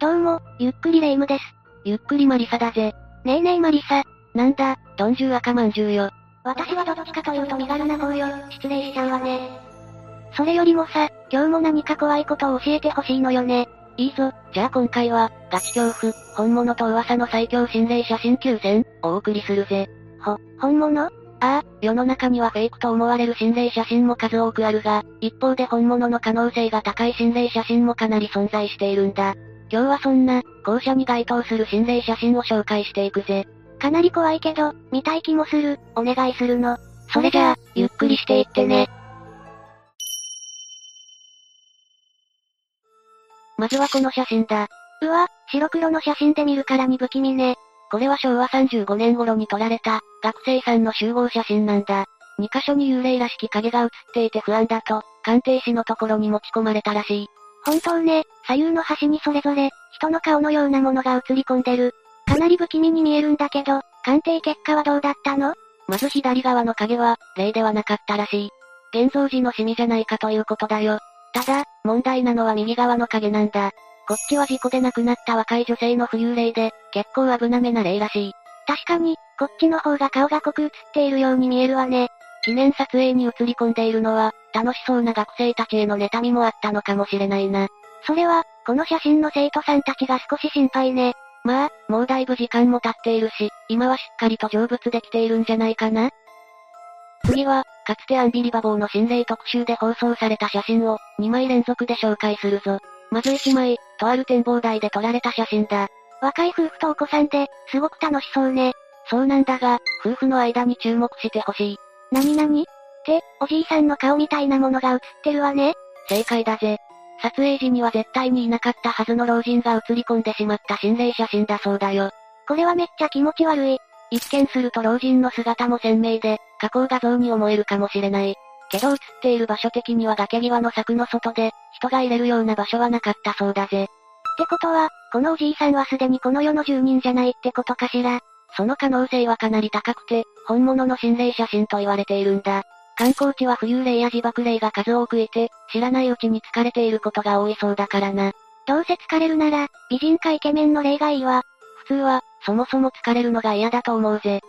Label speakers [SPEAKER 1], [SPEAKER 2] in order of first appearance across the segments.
[SPEAKER 1] どうも、ゆっくりレ夢ムです。
[SPEAKER 2] ゆっくりマリサだぜ。
[SPEAKER 1] ねえねえマリサ、
[SPEAKER 2] なんだ、どんじゅう赤まんじゅうよ。
[SPEAKER 1] 私はどっちかというと身軽な方よ。失礼しちゃうわね。それよりもさ、今日も何か怖いことを教えてほしいのよね。
[SPEAKER 2] いいぞ、じゃあ今回は、ガチ恐怖、本物と噂の最強心霊写真9000をお送りするぜ。
[SPEAKER 1] ほ、本物
[SPEAKER 2] ああ、世の中にはフェイクと思われる心霊写真も数多くあるが、一方で本物の可能性が高い心霊写真もかなり存在しているんだ。今日はそんな、後者に該当する心霊写真を紹介していくぜ。
[SPEAKER 1] かなり怖いけど、見たい気もする、お願いするの。
[SPEAKER 2] それじゃあ、ゆっくりしていってね。。まずはこの写真だ。
[SPEAKER 1] うわ、白黒の写真で見るからに不気味ね。
[SPEAKER 2] これは昭和35年頃に撮られた、学生さんの集合写真なんだ。2箇所に幽霊らしき影が写っていて不安だと、鑑定士のところに持ち込まれたらしい。
[SPEAKER 1] 本当ね、左右の端にそれぞれ、人の顔のようなものが映り込んでる。かなり不気味に見えるんだけど、鑑定結果はどうだったの
[SPEAKER 2] まず左側の影は、霊ではなかったらしい。現像時のシミじゃないかということだよ。ただ、問題なのは右側の影なんだ。こっちは事故で亡くなった若い女性の浮遊霊で、結構危なめな霊らしい。
[SPEAKER 1] 確かに、こっちの方が顔が濃く映っているように見えるわね。
[SPEAKER 2] 記念撮影に映り込んでいるのは、楽しそうな学生たちへの妬みもあったのかもしれないな。
[SPEAKER 1] それは、この写真の生徒さんたちが少し心配ね。
[SPEAKER 2] まあ、もうだいぶ時間も経っているし、今はしっかりと成仏できているんじゃないかな。次は、かつてアンビリバボーの心霊特集で放送された写真を、2枚連続で紹介するぞ。まず1枚、とある展望台で撮られた写真だ。
[SPEAKER 1] 若い夫婦とお子さんで、すごく楽しそうね。
[SPEAKER 2] そうなんだが、夫婦の間に注目してほしい。
[SPEAKER 1] なになにって、おじいさんの顔みたいなものが映ってるわね。
[SPEAKER 2] 正解だぜ。撮影時には絶対にいなかったはずの老人が写り込んでしまった心霊写真だそうだよ。
[SPEAKER 1] これはめっちゃ気持ち悪い。
[SPEAKER 2] 一見すると老人の姿も鮮明で、加工画像に思えるかもしれない。けど映っている場所的には崖際の柵の外で、人が入れるような場所はなかったそうだぜ。
[SPEAKER 1] ってことは、このおじいさんはすでにこの世の住人じゃないってことかしら。
[SPEAKER 2] その可能性はかなり高くて、本物の心霊写真と言われているんだ。観光地は浮遊霊や自爆霊が数多くいて、知らないうちに疲れていることが多いそうだからな。
[SPEAKER 1] どうせ疲れるなら、美人かイケメンの例がいいわ。
[SPEAKER 2] 普通は、そもそも疲れるのが嫌だと思うぜ。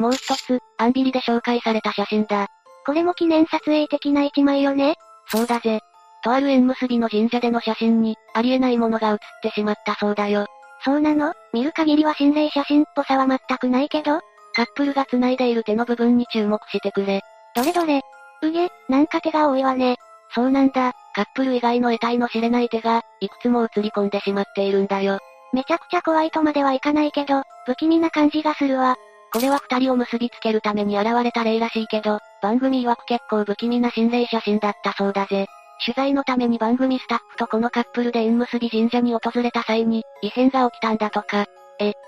[SPEAKER 2] もう一つ、アンビリで紹介された写真だ。
[SPEAKER 1] これも記念撮影的な一枚よね。
[SPEAKER 2] そうだぜ。とある縁結びの神社での写真に、ありえないものが写ってしまったそうだよ。
[SPEAKER 1] そうなの見る限りは心霊写真っぽさは全くないけど、
[SPEAKER 2] カップルが繋いでいる手の部分に注目してくれ。
[SPEAKER 1] どれどれ。うげ、なんか手が多いわね。
[SPEAKER 2] そうなんだ。カップル以外の得体の知れない手が、いくつも写り込んでしまっているんだよ。
[SPEAKER 1] めちゃくちゃ怖いとまではいかないけど、不気味な感じがするわ。
[SPEAKER 2] これは二人を結びつけるために現れた例らしいけど、番組曰く結構不気味な心霊写真だったそうだぜ。取材のために番組スタッフとこのカップルで縁結び神社に訪れた際に、異変が起きたんだとか。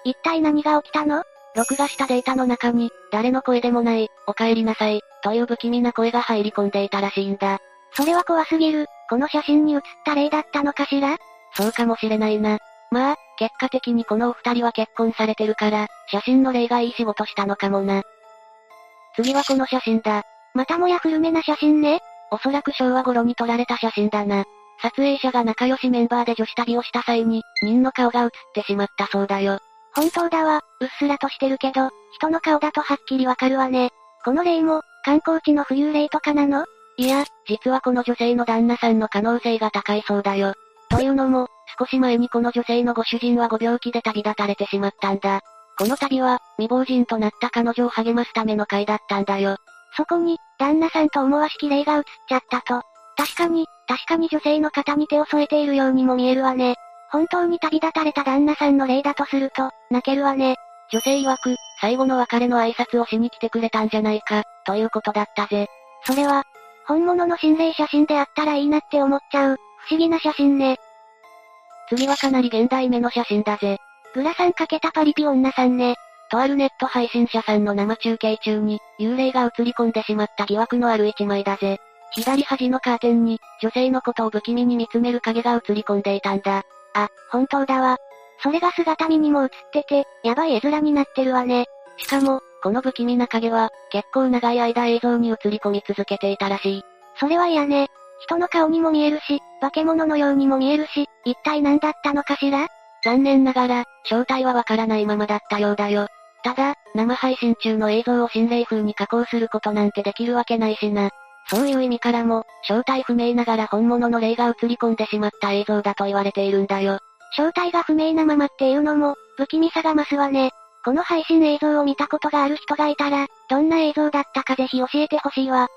[SPEAKER 1] 一体何が起きたの
[SPEAKER 2] 録画したデータの中に、誰の声でもない、お帰りなさい、という不気味な声が入り込んでいたらしいんだ。
[SPEAKER 1] それは怖すぎる。この写真に写った例だったのかしら
[SPEAKER 2] そうかもしれないな。まあ、結果的にこのお二人は結婚されてるから、写真の例がいい仕事したのかもな。次はこの写真だ。
[SPEAKER 1] またもや古めな写真ね。
[SPEAKER 2] おそらく昭和頃に撮られた写真だな。撮影者が仲良しメンバーで女子旅をした際に、人の顔が写ってしまったそうだよ。
[SPEAKER 1] 本当だわ。うっすらとしてるけど、人の顔だとはっきりわかるわね。この例も、観光地の浮遊霊とかなの
[SPEAKER 2] いや、実はこの女性の旦那さんの可能性が高いそうだよ。というのも、少し前にこの女性のご主人はご病気で旅立たれてしまったんだ。この旅は、未亡人となった彼女を励ますための会だったんだよ。
[SPEAKER 1] そこに、旦那さんと思わしき霊が映っちゃったと。確かに、確かに女性の方に手を添えているようにも見えるわね。本当に旅立たれた旦那さんの霊だとすると、泣けるわね。
[SPEAKER 2] 女性曰く、最後の別れの挨拶をしに来てくれたんじゃないか、ということだったぜ。
[SPEAKER 1] それは、本物の心霊写真であったらいいなって思っちゃう。不思議な写真ね。
[SPEAKER 2] 次はかなり現代目の写真だぜ。
[SPEAKER 1] グラサンかけたパリピ女さんね。
[SPEAKER 2] とあるネット配信者さんの生中継中に、幽霊が映り込んでしまった疑惑のある一枚だぜ。左端のカーテンに、女性のことを不気味に見つめる影が映り込んでいたんだ。
[SPEAKER 1] あ、本当だわ。それが姿見にも映ってて、やばい絵面になってるわね。
[SPEAKER 2] しかも、この不気味な影は、結構長い間映像に映り込み続けていたらしい。
[SPEAKER 1] それは嫌ね。人の顔にも見えるし、化け物のようにも見えるし、一体何だったのかしら
[SPEAKER 2] 残念ながら、正体はわからないままだったようだよ。ただ、生配信中の映像を心霊風に加工することなんてできるわけないしな。そういう意味からも、正体不明ながら本物の霊が映り込んでしまった映像だと言われているんだよ。
[SPEAKER 1] 正体が不明なままっていうのも、不気味さが増すわね。この配信映像を見たことがある人がいたら、どんな映像だったかぜひ教えてほしいわ。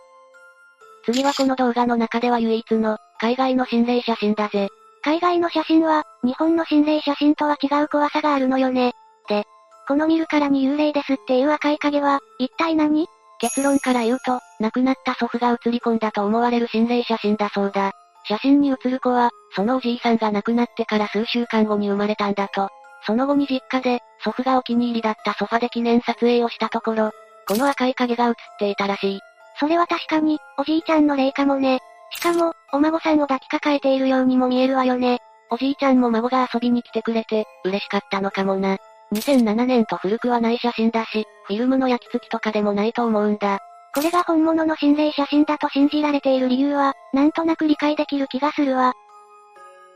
[SPEAKER 2] 次はこの動画の中では唯一の、海外の心霊写真だぜ。
[SPEAKER 1] 海外の写真は、日本の心霊写真とは違う怖さがあるのよね。で、この見るからに幽霊ですっていう赤い影は、一体何
[SPEAKER 2] 結論から言うと、亡くなった祖父が写り込んだと思われる心霊写真だそうだ。写真に写る子は、そのおじいさんが亡くなってから数週間後に生まれたんだと。その後に実家で、祖父がお気に入りだったソファで記念撮影をしたところ、この赤い影が写っていたらしい。
[SPEAKER 1] それは確かに、おじいちゃんの霊かもね。しかも、お孫さんを抱きかかえているようにも見えるわよね。
[SPEAKER 2] おじいちゃんも孫が遊びに来てくれて、嬉しかったのかもな。2007年と古くはない写真だし、フィルムの焼き付きとかでもないと思うんだ。
[SPEAKER 1] これが本物の心霊写真だと信じられている理由は、なんとなく理解できる気がするわ。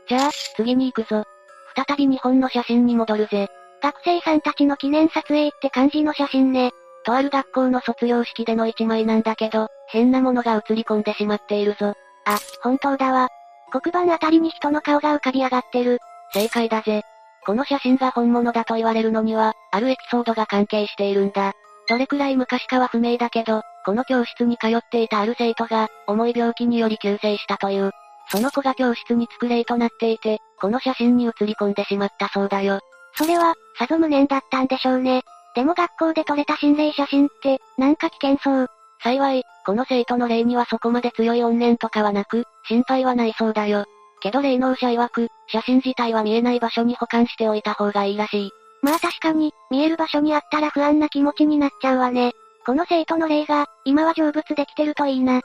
[SPEAKER 2] じゃあ、次に行くぞ。再び日本の写真に戻るぜ。
[SPEAKER 1] 学生さんたちの記念撮影って感じの写真ね。
[SPEAKER 2] とある学校の卒業式での一枚なんだけど、変なものが写り込んでしまっているぞ。
[SPEAKER 1] あ、本当だわ。黒板あたりに人の顔が浮かび上がってる。
[SPEAKER 2] 正解だぜ。この写真が本物だと言われるのには、あるエピソードが関係しているんだ。どれくらい昔かは不明だけど、この教室に通っていたある生徒が、重い病気により急逝したという。その子が教室に作霊となっていて、この写真に写り込んでしまったそうだよ。
[SPEAKER 1] それは、さぞ無念だったんでしょうね。でも学校で撮れた心霊写真って、なんか危険そう。
[SPEAKER 2] 幸い、この生徒の霊にはそこまで強い怨念とかはなく、心配はないそうだよ。けど霊能者曰く、写真自体は見えない場所に保管しておいた方がいいらしい。
[SPEAKER 1] まあ確かに、見える場所にあったら不安な気持ちになっちゃうわね。この生徒の霊が、今は成仏できてるといいな。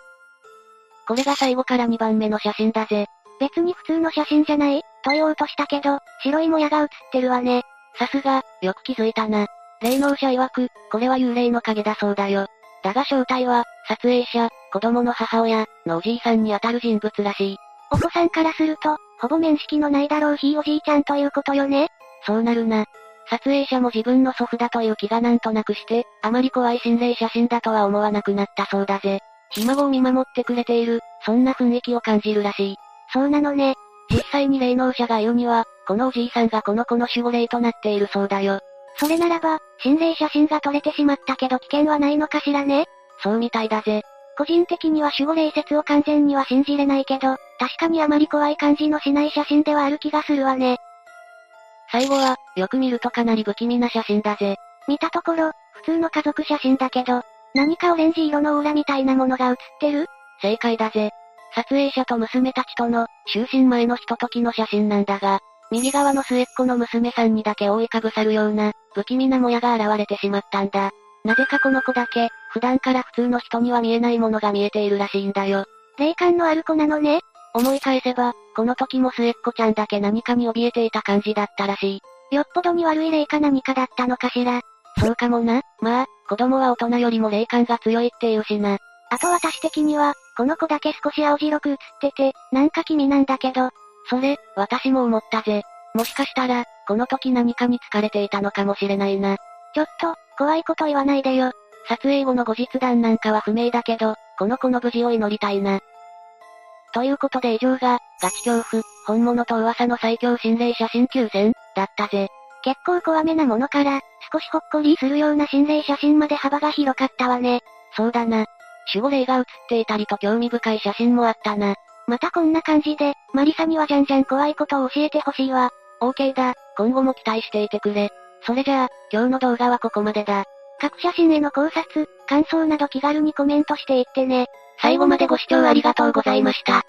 [SPEAKER 2] これが最後から2番目の写真だぜ。
[SPEAKER 1] 別に普通の写真じゃないと言おうとしたけど、白いもやが写ってるわね。
[SPEAKER 2] さすが、よく気づいたな。霊能者曰く、これは幽霊の影だそうだよ。だが正体は、撮影者、子供の母親、のおじいさんにあたる人物らしい。
[SPEAKER 1] お子さんからすると、ほぼ面識のないだろうひいおじいちゃんということよね。
[SPEAKER 2] そうなるな。撮影者も自分の祖父だという気がなんとなくして、あまり怖い心霊写真だとは思わなくなったそうだぜ。ひ孫を見守ってくれている、そんな雰囲気を感じるらしい。
[SPEAKER 1] そうなのね。
[SPEAKER 2] 実際に霊能者が言うには、このおじいさんがこの子の守護霊となっているそうだよ。
[SPEAKER 1] それならば、心霊写真が撮れてしまったけど危険はないのかしらね
[SPEAKER 2] そうみたいだぜ。
[SPEAKER 1] 個人的には守護霊説を完全には信じれないけど、確かにあまり怖い感じのしない写真ではある気がするわね。
[SPEAKER 2] 最後は、よく見るとかなり不気味な写真だぜ。
[SPEAKER 1] 見たところ、普通の家族写真だけど、何かオレンジ色のオーラみたいなものが写ってる
[SPEAKER 2] 正解だぜ。撮影者と娘たちとの、就寝前のひとときの写真なんだが、右側の末っ子の娘さんにだけ覆いかぶさるような、不気味なもやが現れてしまったんだ。なぜかこの子だけ、普段から普通の人には見えないものが見えているらしいんだよ。
[SPEAKER 1] 霊感のある子なのね。
[SPEAKER 2] 思い返せば、この時も末っ子ちゃんだけ何かに怯えていた感じだったらし
[SPEAKER 1] い。よっぽどに悪い霊か何かだったのかしら。
[SPEAKER 2] そうかもな。まあ、子供は大人よりも霊感が強いっていうしな。
[SPEAKER 1] あと私的には、この子だけ少し青白く写ってて、なんか気味なんだけど。
[SPEAKER 2] それ、私も思ったぜ。もしかしたら、この時何かに疲れていたのかもしれないな。
[SPEAKER 1] ちょっと、怖いこと言わないでよ。
[SPEAKER 2] 撮影後の後日談なんかは不明だけど、この子の無事を祈りたいな。ということで以上が、ガチ恐怖、本物と噂の最強心霊写真9000、だったぜ。
[SPEAKER 1] 結構怖めなものから、少しほっこりするような心霊写真まで幅が広かったわね。
[SPEAKER 2] そうだな。守護霊が写っていたりと興味深い写真もあったな。
[SPEAKER 1] またこんな感じで、マリサにはじゃんじゃん怖いことを教えてほしいわ。
[SPEAKER 2] OK だ、今後も期待していてくれ。それじゃあ、今日の動画はここまでだ。
[SPEAKER 1] 各写真への考察、感想など気軽にコメントしていってね。
[SPEAKER 2] 最後までご視聴ありがとうございました。